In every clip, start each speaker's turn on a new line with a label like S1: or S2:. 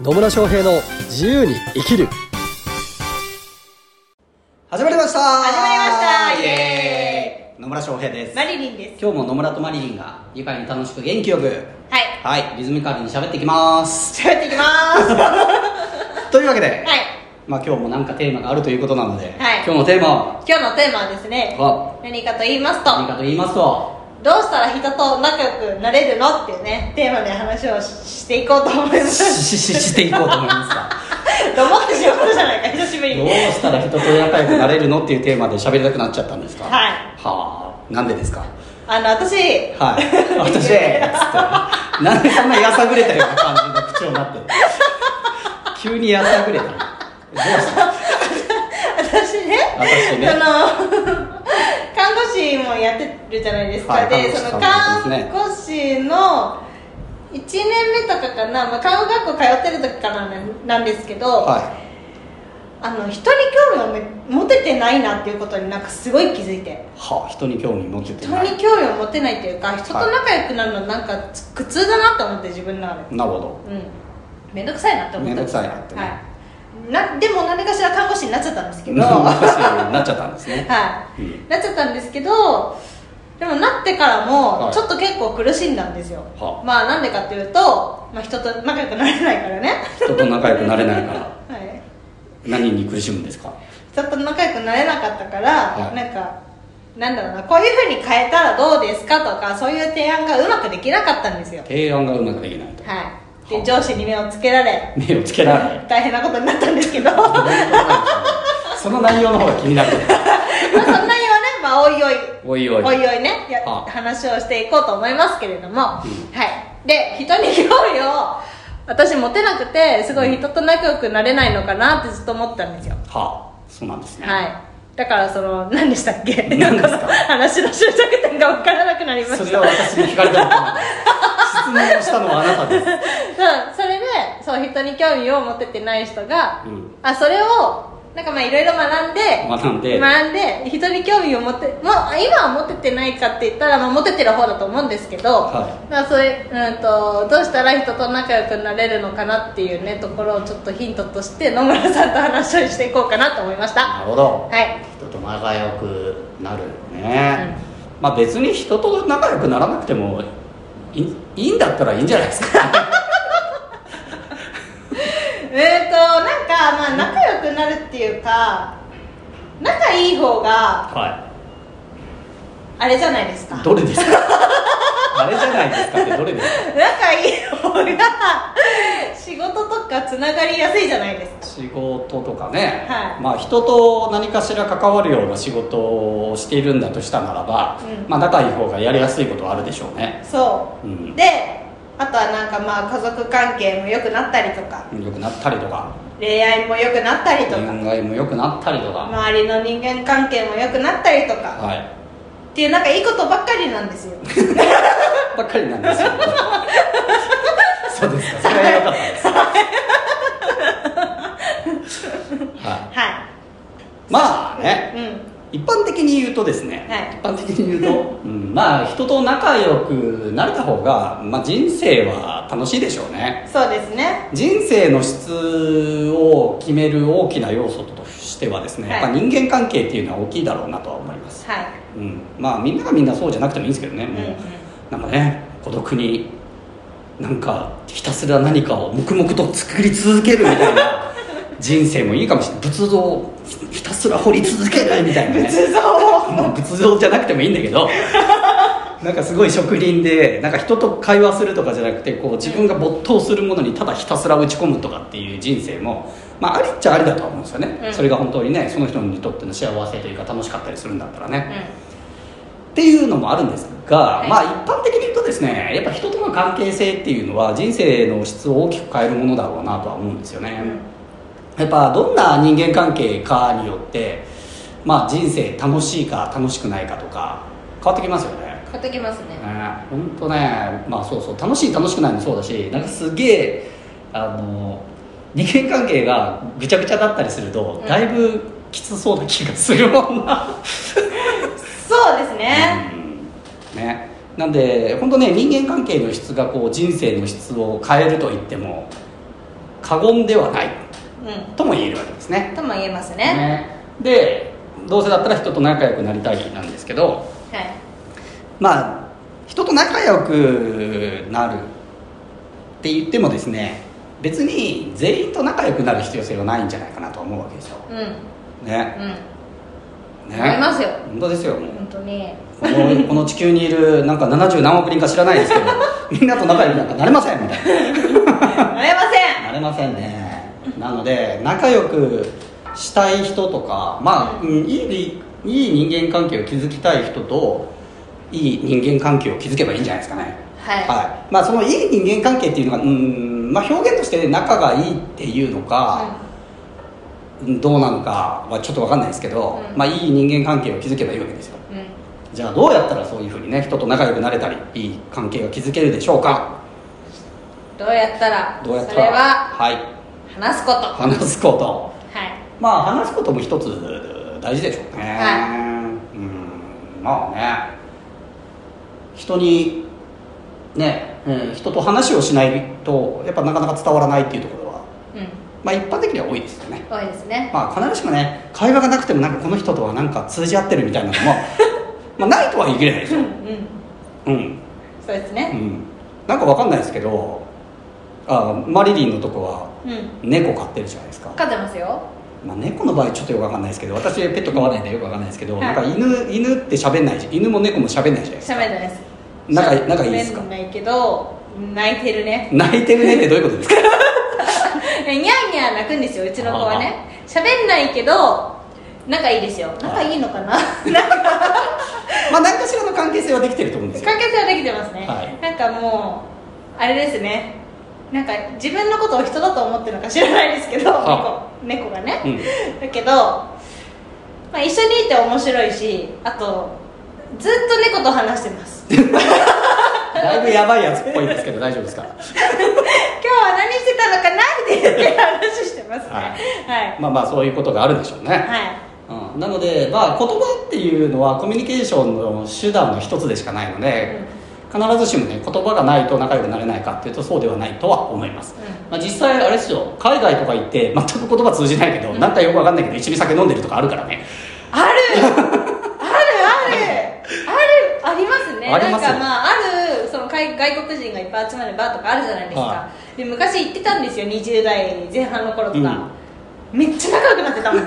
S1: 野村翔平の自由に生きる始まりました
S2: 始まりましたイエ
S1: ーイ野村翔平です
S2: マリリンです。
S1: 今日も野村とマリリンが愉快に楽しく元気よく
S2: はい。
S1: はいリズミカルに喋っていきます
S2: 喋っていきます。
S1: というわけで、
S2: はい。
S1: まあ今日もなんかテーマがあるということなので、
S2: はい
S1: 今日のテーマは
S2: 今日のテーマはですね、
S1: は
S2: 何かと言いますと、
S1: 何かと言いますと
S2: どうしたら人と仲良くなれるのっていうね、テーマで話をししていこうと思いま
S1: し
S2: す。
S1: しししていこうと思いますか
S2: どうもってしまったじゃないか、久しぶり
S1: どう
S2: に。
S1: したら人と仲良くなれるのっていうテーマで喋りたくなっちゃったんですか
S2: はい
S1: はあなんでですか
S2: あの、私、
S1: はい私つってなんでそんなやさぐれたような感じの口調になってる急にやさぐれたどうした
S2: 私ね、
S1: 私ね
S2: その、看護師もやってるじゃないですか。
S1: はい
S2: で、
S1: 看護師
S2: その
S1: 看
S2: 看
S1: 護師ですね
S2: 護師の、1年目とかかな、まあ、看護学校通ってる時からなんなんですけど、
S1: はい
S2: あの人に興味を持持ててないなっていうことになんかすごい気づいて
S1: はあ人に興味持ってて
S2: 人
S1: ない
S2: に興味を持てないっていうか人と仲良くなるのなんかつ苦痛だなって思って自分の中で
S1: なるほど
S2: うん面倒くさいなって思った
S1: 面倒くさいなってね
S2: はい、なでも何かしら看護師になっちゃったんですけどは
S1: 難しいようになっちゃったんですね
S2: い、
S1: うん
S2: なっちゃったんですけどでもなってから
S1: は
S2: も
S1: い
S2: ちょっと結構苦しんだんですよ、
S1: はあ
S2: まあなんでかっていうと、まあ、人と仲良くなれないからね
S1: 人と仲良くなれないから
S2: はい
S1: 何に苦しむんですか
S2: 人と仲良くなれなかったから、
S1: はい
S2: なんかなんだろうなこういうふうに変えたらどうですかとかそういう提案がうまくできなかったんですよ
S1: 提案がうまくできないと
S2: はい
S1: は
S2: で
S1: あ
S2: 上司に目をつけられ
S1: 目をつけられ ない
S2: 大変なことになったんです けどまあ
S1: その内容の方が気になる
S2: そんなにはね、まあ、おいおい
S1: おいおい
S2: おいおいねや
S1: はあ
S2: 話をしていこうと思いますけれども、はいで人に興味を私持てなくてすごい人と仲良くなれないのかなってずっと思ったんですよ
S1: はあそうなんですね
S2: はい。だからその何でしたっけ？
S1: 何ですか
S2: この話の終着点が分からなくなりました。
S1: それは私に聞かれたのかな質問をしたのはあなたです
S2: うんそれでそう人に興味を持ててない人が、
S1: うん
S2: あそれをなんかまあいろいろ学んで。
S1: 学んで、
S2: 学んで人に興味を持ってもうあ今は持ててないかって言ったら、まあ、持ててる方だと思うんですけど、
S1: は
S2: まあそれうん、とどうしたら人と仲良くなれるのかなっていうねところをちょっとヒントとして野村さんと話をしていこうかなと思いました
S1: なるほど
S2: はい
S1: 人と仲良くなるよね、まあ別に人と仲良くならなくてもいいいいんだったらいいんじゃないですか
S2: えー、となんかまあ仲良くなるっていうか仲いい方が
S1: は
S2: あれじゃないですか
S1: いどれ ですかあれじゃないですかってどれですか
S2: 仲いい方が仕事とかつながりやすいじゃないですか
S1: 仕事とかね、
S2: はい
S1: まあ人と何かしら関わるような仕事をしているんだとしたならば、
S2: うん
S1: まあ仲いい方がやりやすいことはあるでしょうね
S2: そうう、
S1: ん
S2: であとはなんかまあ家族関係も良くなったりとか
S1: 良くなったりとか
S2: 恋愛も良くなったりとか
S1: 恋愛も良くなったりとか、
S2: 周りの人間関係も良くなったりとか
S1: はい
S2: っていうなんかいいことばっかりなんですよ
S1: ばっかりなんですよ そうですかそれは良かったですは、
S2: はい
S1: まあね
S2: いうん
S1: 一般的に言うとですね、
S2: はい
S1: 一般的に言うと、うん、まあ人と仲良くなれた方が、まあ、人生は楽しいでしょうね
S2: そうですね
S1: 人生の質を決める大きな要素としてはですね、
S2: はい
S1: やっぱ人間関係っていうのは大きいだろうなとは思います、
S2: はい
S1: うん、まあみんながみんなそうじゃなくてもいいんですけどね、もう
S2: うんうん
S1: なんかね孤独になんかひたすら何かを黙々と作り続けるみたい な人生もいいかもしれない仏像をひひたすら掘り続けるみたいな、ね、
S2: 仏像を
S1: まあ仏像じゃなくてもいいんだけ どなんかすごい職人でなんか人と会話するとかじゃなくてこう自分が没頭するものにただひたすら打ち込むとかっていう人生も、まあ、ありっちゃありだとは思うんですよね、
S2: うん
S1: それが本当にねその人にとっての幸せというか楽しかったりするんだったらね、
S2: うん
S1: っていうのもあるんですが、
S2: い
S1: まあ一般的に言うとですねやっぱ人との関係性っていうのは人生の質を大きく変えるものだろうなとは思うんですよね、やっぱどんな人間関係かによってまあ人生楽しいか楽しくないかとか変わってきますよね
S2: 買ってきますね
S1: ね本当ねまあそうそう楽しい楽しくないもそうだしなんかすげえあの人間関係がぐちゃぐちゃだったりすると、
S2: うん
S1: だいぶきつそうな気がするもんな
S2: そうですね、
S1: うんね、なんで本当ね人間関係の質がこう人生の質を変えると言っても過言ではない
S2: うん
S1: とも言えるわけですね
S2: とも言えますね
S1: ねでどうせだったら人と仲良くなりたいなんですけど
S2: はい
S1: まあ人と仲良くなるって言ってもですね別に全員と仲良くなる必要性はないんじゃないかなと思うわけですよ
S2: うん
S1: ね
S2: うん
S1: ね
S2: 思いますよ
S1: 本当ですよもう
S2: 本当に
S1: この この地球にいるなんか70何億人か知らないですけ どみんなと仲良くなんかなれませんみたい
S2: なれま
S1: な
S2: せ
S1: なれませんねなので仲良くしたい人とかまあ、うんいいいい人間関係を築きたい人といい人間関係を築けばいいんじゃないですかね
S2: はい
S1: まあ、そのいい人間関係っていうのがうん、まあ、表現として仲がいいっていうの
S2: ん
S1: か、どうなのかはちょっと分かんないですけど、
S2: うん
S1: まあ、いい人間関係を築けばいいわけですよ
S2: うん
S1: じゃあどうやったらそういうふうにね人と仲良くなれたりいい関係が築けるでしょうか
S2: どうやったら
S1: どうやった
S2: それ
S1: ら
S2: は
S1: はい
S2: 話すことは
S1: 話すこと
S2: い
S1: まあ話すことも一つ大事でしょうね、
S2: は
S1: うんまあね人にね、うん、人と話をしないとやっぱなかなか伝わらないっていうところは
S2: うん
S1: まあ一般的には多いですよね
S2: 多いですね
S1: まあ必ずしもね会話がなくてもなんかこの人とはなんか通じ合ってるみたいなのも まあないとは言い切れないでし
S2: う
S1: ょ
S2: んうん
S1: うん
S2: そうです
S1: う
S2: ね
S1: ん、なんかわかんないですけどあマリリンのとこは
S2: うん
S1: 猫飼ってるじゃないですか、
S2: 飼ってますよ
S1: まあ、猫の場合ちょっとよくわかんないですけど私ペット飼わないんでよくわかんないですけど、
S2: はい
S1: なんか犬犬って喋んないし犬も猫も喋んないじゃないですか
S2: 喋ゃべんないです
S1: 仲い仲いいですか
S2: 喋んないけど泣いてるね
S1: 泣いてるねってどういうことですか
S2: えニャーニャー泣くんですようちの子はね喋んないけど仲いいですよ仲いいのかななんか
S1: まあ何かしらの関係性はできてると思うんですよ
S2: 関係性はできてますね、
S1: はい
S2: なんかもうあれですねなんか自分のことを人だと思ってるのか知らないですけど
S1: は
S2: 猫猫がね、
S1: うん
S2: だけど、まあ、一緒にいて面白いしあとずっと猫と話してます 今日
S1: だいぶやばいやつっぽいですけど大丈夫ですか
S2: は何してたのかなって言って話してますねはい
S1: まあまあそういうことがあるでしょうね、
S2: はい
S1: うん、なのでまあ言葉っていうのはコミュニケーションの手段の一つでしかないので、必ずしもね言葉がないと仲良くなれないかっていうとそうではないとは思います、
S2: う
S1: まあ、実際あれですよ海外とか行って全く言葉通じないけど、
S2: うん
S1: なんかよくわかんないけど一緒に酒飲んでるとかあるからね
S2: あるあるあるあるありますね
S1: あります
S2: なんかまああるその外外国人がいっぱい集まるバーとかあるじゃないですか、
S1: は
S2: で昔行ってたんですよ20代前半の頃とか、めっちゃ仲良くなってたもん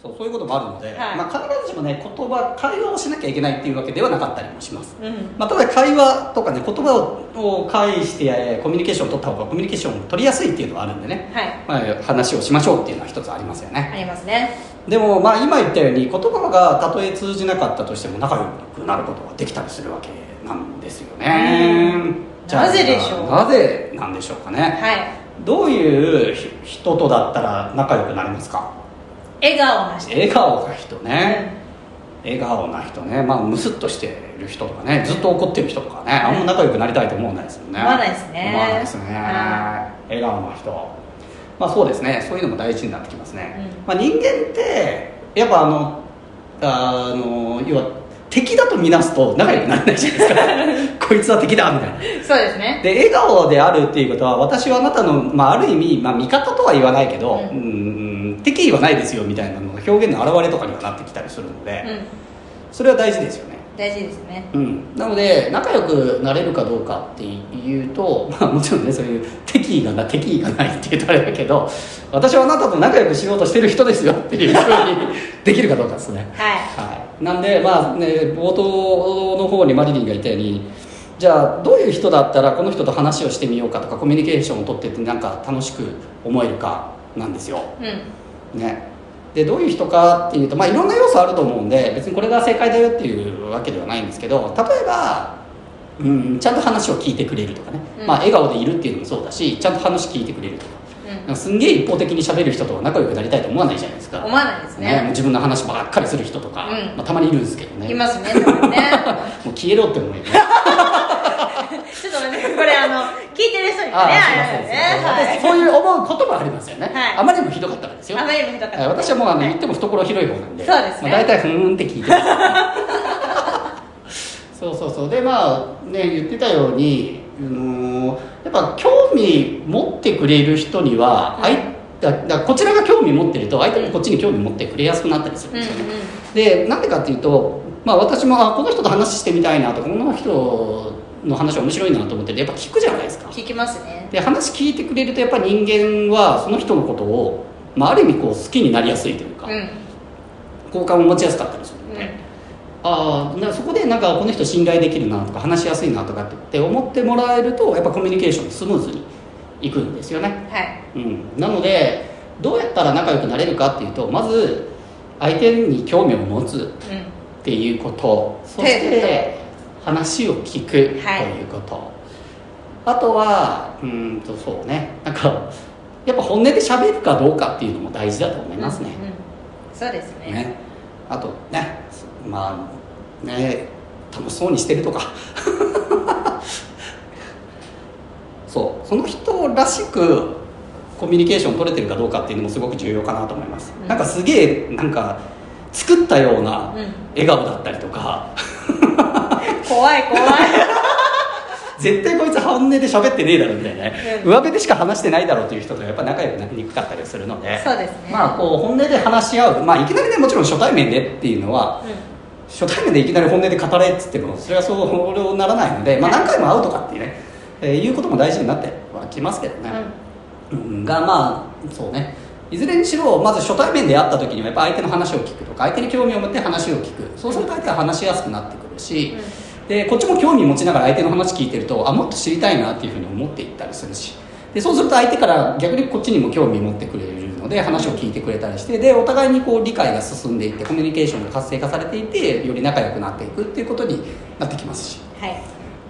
S1: そうそういうこともあるので、
S2: はい
S1: まあ、必ずしもね言葉会話をしなきゃいけないっていうわけではなかったりもします、
S2: うん
S1: まあ、ただ会話とかね言葉をを介してえーコミュニケーションを取った方がコミュニケーションを取りやすいっていうのはあるんでね、
S2: はい
S1: まあ、話をしましょうっていうのは一つありますよね
S2: ありますね
S1: でもまあ今言ったように言葉がたとえ通じなかったとしても仲良くなることができたりするわけなんですよね、
S2: んなぜでしょう
S1: なぜなんでしょうかね
S2: はい
S1: どういうひ人とだったら仲良くなりますか
S2: 笑顔な人
S1: 笑顔が人ね、笑顔な人ねまあむすっとしてる人とかねずっと怒ってる人とかねあんま仲良くなりたいと思わないですよね
S2: 思わないですね
S1: 思わないですね
S2: は
S1: 笑顔の人まあそうですねそういうのも大事になってきますね、
S2: うん
S1: まあ、人間ってやっぱあのあの要は敵だと見なすと仲良くなれないじゃないです かこいつは敵だみたいな
S2: そうですね
S1: で笑顔であるっていうことは私はあなたの、まあ、ある意味、まあ、味方とは言わないけど、
S2: うん
S1: うん敵意はないですよみたいなのが表現の表れとかにはなってきたりするの
S2: う
S1: で、
S2: ん
S1: それは大事ですよね、
S2: 大事ですね
S1: うん、なので仲良くなれるかどうかっていうと、 まあ、もちろんねそういう敵意がな敵意がないって言うとあれだけど私はあなたと仲良くしようとしてる人ですよっていうふうにできるかどうかですね
S2: は
S1: はい、なんで、まあね、冒頭の方にマリリンが言ったようにじゃあどういう人だったらこの人と話をしてみようかとかコミュニケーションを取ってってなんか楽しく思えるかなんですよ。
S2: いうん
S1: ね、でどういう人かっていうと、まあ、いろんな要素あると思うんで別にこれが正解だよっていうわけではないんですけど例えば、うん、ちゃんと話を聞いてくれるとかね、
S2: うん
S1: まあ、笑顔でいるっていうのもそうだしちゃんと話聞いてくれるとか
S2: うん
S1: なんかすんげえ一方的に喋る人とは仲良くなりたいと思わないじゃないですか。
S2: 思わないです
S1: ね、もう
S2: ね
S1: 自分の話ばっかりする人とか、
S2: うん
S1: まあ、たまにいるんですけどね
S2: いますね多分ね
S1: もう消えろって思うよね
S2: ちょっと待ってこれあの聞いてる人にね
S1: ああすいま
S2: あ
S1: せ
S2: れ
S1: ん
S2: だ
S1: すいません、私
S2: よね
S1: そういう思うこともありますよね、
S2: はい
S1: あまりにもひどかったからですよ
S2: あまりにもひどかった
S1: はい私はもうあの、
S2: はい
S1: 言っても懐広い方なんで
S2: そうです
S1: ま
S2: ね
S1: あ、大体ふーんって聞いて ますそうそうそうでまあね言ってたように、あののやっぱ興味持ってくれる人には、
S2: うん
S1: 相だだこちらが興味持ってると相手もこっちに興味持ってくれやすくなったりするん
S2: うん
S1: ですよね、でなんでかっていうと、まあ、私もあこの人と話してみたいなとこの人の話面白いなと思っててやっぱ聞くじゃないですか
S2: 聞きますね
S1: で話聞いてくれるとやっぱり人間はその人のことを、まあ、ある意味こう好きになりやすいというか、
S2: うん
S1: 好感を持ちやすかったりするので、
S2: うん
S1: ああなそこでなんかこの人信頼できるなとか話しやすいなとかって思ってもらえるとやっぱコミュニケーションスムーズにいくんですよね、
S2: はい
S1: うん、なのでどうやったら仲良くなれるかっていうとまず相手に興味を持つ
S2: う
S1: っていうことそして話を聞くと
S2: はい
S1: いうこと、あとはうーんとそうねなんかやっぱ本音で喋るかどうかっていうのも大事だと思い
S2: ん
S1: ますね、
S2: うんうんそうですね
S1: ねあとねまあね楽しそうにしてるとか そうその人らしくコミュニケーション取れてるかどうかっていうのもすごく重要かなと思います、
S2: うん
S1: なんかすげえなんか作ったような
S2: うん
S1: 笑顔だったりとか、
S2: 怖い怖い
S1: 絶対こいつ本音で喋ってねえだろみたいなね、
S2: うん
S1: 上辺でしか話してないだろうという人とやっぱ仲良くなりにくかったりするので
S2: そうですね
S1: まあこう本音で話し合う、まあ、いきなりねもちろん初対面でっていうのは
S2: う
S1: 初対面でいきなり本音で語れっつってもそれはそうならないので、まあ、何回も会うとかっていうね、えーいうことも大事になってはきますけどね、
S2: ん
S1: うんがまあそうねいずれにしろまず初対面で会った時にはやっぱ相手の話を聞くとか相手に興味を持って話を聞くそうすると相手は話しやすくなってくるし、でこっちも興味持ちながら相手の話聞いてるとあもっと知りたいなっていうふうに思っていったりするしでそうすると相手から逆にこっちにも興味持ってくれるので話を聞いてくれたりしてでお互いにこう理解が進んでいってコミュニケーションが活性化されていてより仲良くなっていくっていうことになってきますし。
S2: うんはい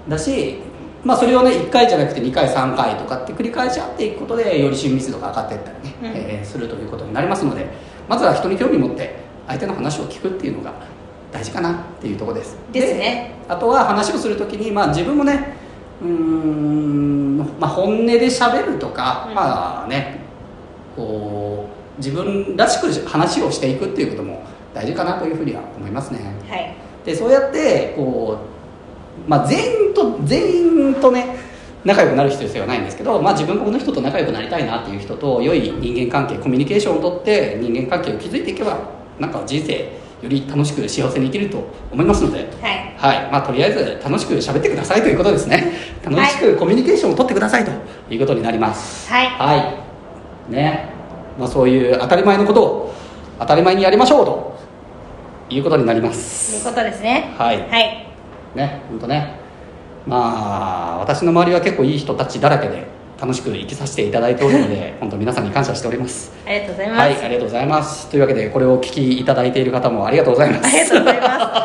S1: だし、まあ、それをね1回じゃなくて2回3回とかって繰り返し合っていくことでより親密度が上がっていったりね、
S2: うん
S1: えーするということになりますのでまずは人に興味持って相手の話を聞くっていうのが大事かなっていうところです
S2: ですね
S1: であとは話をするときに、まあ、自分もねうーん、まあ、本音で喋るとか、
S2: うん
S1: まあねこう自分らしく話をしていくっていうことも大事かなというふうには思いますね
S2: はい
S1: でそうやってこう、まあ、全員と全員とね仲良くなる必要性はないんですけど、まあ、自分がこの人と仲良くなりたいなっていう人と良い人間関係コミュニケーションをとって人間関係を築いていけばなんか人生より楽しく幸せに生きると思いますので、
S2: はい
S1: はいまあ、とりあえず楽しく喋ってくださいということですね楽しくコミュニケーションをとってくださいということになります
S2: はい
S1: はいねまあ、そういう当たり前のことを当たり前にやりましょうということになります
S2: ということですね
S1: はい
S2: はい
S1: ね本当ねまあ私の周りは結構いい人たちだらけで楽しく生きさせていただいておるの で本当皆さんに感謝しております
S2: ありがとうございます、
S1: はいありがとうございますというわけでこれをお聞きいただいている方もありがとうございま
S2: ありが
S1: す
S2: とうございます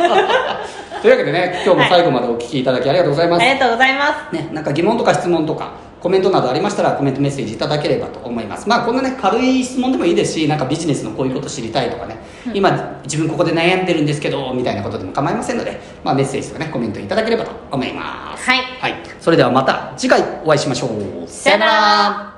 S1: というわけでね今日も最後までお聞きいただきありがとうございます、
S2: ありがとうございます
S1: ね、なんか疑問とか質問とかコメントなどありましたらコメントメッセージいただければと思いますまあこんなね軽い質問でもいいですしなんかビジネスのこういうこと知りたいとかね、
S2: うん
S1: 今自分ここで悩んでるんですけどみたいなことでも構いませんので、まあ、メッセージとかねコメントいただければと思います
S2: はい
S1: はい、それではまた次回お会いしましょう
S2: さよなら